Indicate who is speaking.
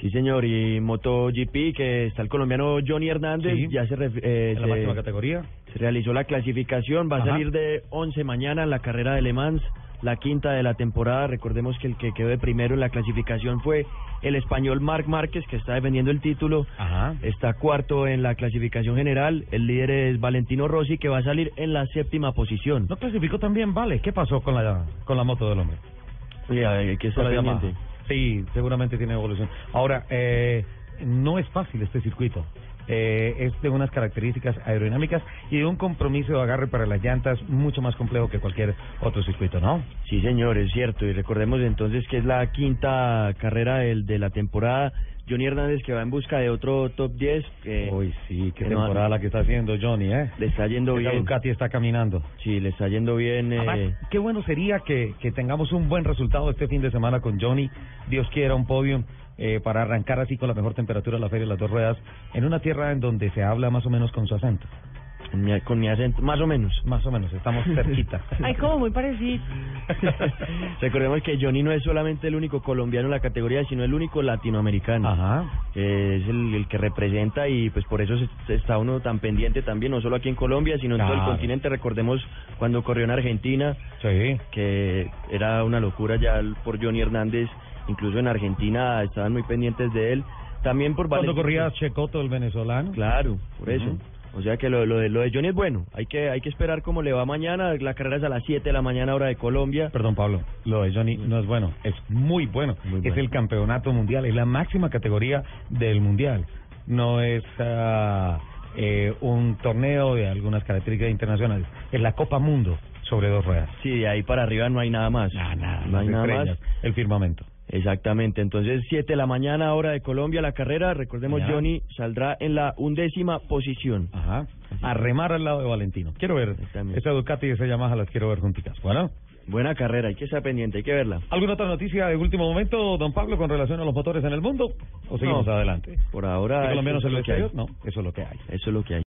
Speaker 1: Sí, señor, y MotoGP, que está el colombiano Johnny Hernández,
Speaker 2: Sí.
Speaker 1: ya se, ref- eh,
Speaker 2: en la
Speaker 1: se-
Speaker 2: máxima categoría.
Speaker 1: se realizó la clasificación, va a
Speaker 2: Ajá.
Speaker 1: salir de 11 mañana en la carrera de Le Mans, la quinta de la temporada, recordemos que el que quedó de primero en la clasificación fue el español Marc Márquez, que está defendiendo el título,
Speaker 2: Ajá.
Speaker 1: está cuarto en la clasificación general, el líder es Valentino Rossi, que va a salir en la séptima posición.
Speaker 2: No clasificó también, vale. ¿Qué pasó con la con la moto del hombre?
Speaker 1: Oye, hay que estar
Speaker 2: Con la Yamaha.
Speaker 1: pendiente.
Speaker 2: Sí, seguramente tiene evolución. Ahora, eh, no es fácil este circuito. Eh, es de unas características aerodinámicas y de un compromiso de agarre para las llantas mucho más complejo que cualquier otro circuito, ¿no?
Speaker 1: Sí, señor, es cierto. Y recordemos entonces que es la quinta carrera del, de la temporada. Johnny Hernández que va en busca de otro top 10. que
Speaker 2: Uy, sí, qué
Speaker 1: Eh, que no-
Speaker 2: temporada la que está haciendo Johnny, ¿eh?
Speaker 1: Le está yendo
Speaker 2: Esa
Speaker 1: bien.
Speaker 2: Ducati está caminando.
Speaker 1: Sí, le está yendo bien. eh,
Speaker 2: Además, qué bueno sería que, que tengamos un buen resultado este fin de semana con Johnny. Dios quiera un podium eh, para arrancar así con la mejor temperatura de la Feria de las Dos Ruedas en una tierra en donde se habla más o menos con su acento.
Speaker 1: con mi- con mi acento, más o menos.
Speaker 2: Más o menos, estamos cerquita.
Speaker 3: Ay, como muy parecido.
Speaker 1: recordemos que Johnny no es solamente el único colombiano en la categoría, sino el único latinoamericano.
Speaker 2: Ajá.
Speaker 1: Eh, es el, el que representa y pues por eso se- se está uno tan pendiente también, no solo aquí en Colombia, sino en todo el
Speaker 2: Claro.
Speaker 1: continente. Recordemos cuando corrió en Argentina,
Speaker 2: Sí.
Speaker 1: que era una locura ya por Johnny Hernández, incluso en Argentina estaban muy pendientes de él, también por
Speaker 2: Cuando
Speaker 1: Valentino.
Speaker 2: corría Checoto, el venezolano.
Speaker 1: Claro, por eso.
Speaker 2: Ujú.
Speaker 1: O sea que lo, lo de, lo de Johnny es bueno, hay que hay que esperar cómo le va mañana, la carrera es a las 7 de la mañana hora de Colombia.
Speaker 2: Perdón, Pablo, lo de Johnny no es bueno, es muy bueno.
Speaker 1: Muy
Speaker 2: Es
Speaker 1: bueno.
Speaker 2: el campeonato mundial, es la máxima categoría del mundial. No es ah, eh, un torneo de algunas características internacionales, es la Copa Mundo sobre dos ruedas.
Speaker 1: Sí, de ahí para arriba no hay nada más.
Speaker 2: Nada, nada,
Speaker 1: no hay nada
Speaker 2: las
Speaker 1: más.
Speaker 2: estrellas, El firmamento.
Speaker 1: Exactamente, entonces 7 de la mañana hora de Colombia la carrera, recordemos
Speaker 2: Ya.
Speaker 1: Johnny saldrá en la undécima posición.
Speaker 2: Ajá. A remar al lado de Valentino. Quiero ver.
Speaker 1: Exactamente.
Speaker 2: Esa Ducati y esa Yamaha las quiero ver juntitas. Bueno.
Speaker 1: Buena carrera, hay que estar pendiente, hay que verla.
Speaker 2: ¿Alguna otra noticia de último momento, don Pablo, con relación a los motores en el mundo? ¿O seguimos
Speaker 1: No.
Speaker 2: adelante?
Speaker 1: Por
Speaker 2: ¿Hay
Speaker 1: ahora eso
Speaker 2: colombianos
Speaker 1: es
Speaker 2: en el
Speaker 1: lo que hay.
Speaker 2: exterior? No, eso es lo que hay.
Speaker 1: Eso es lo que hay.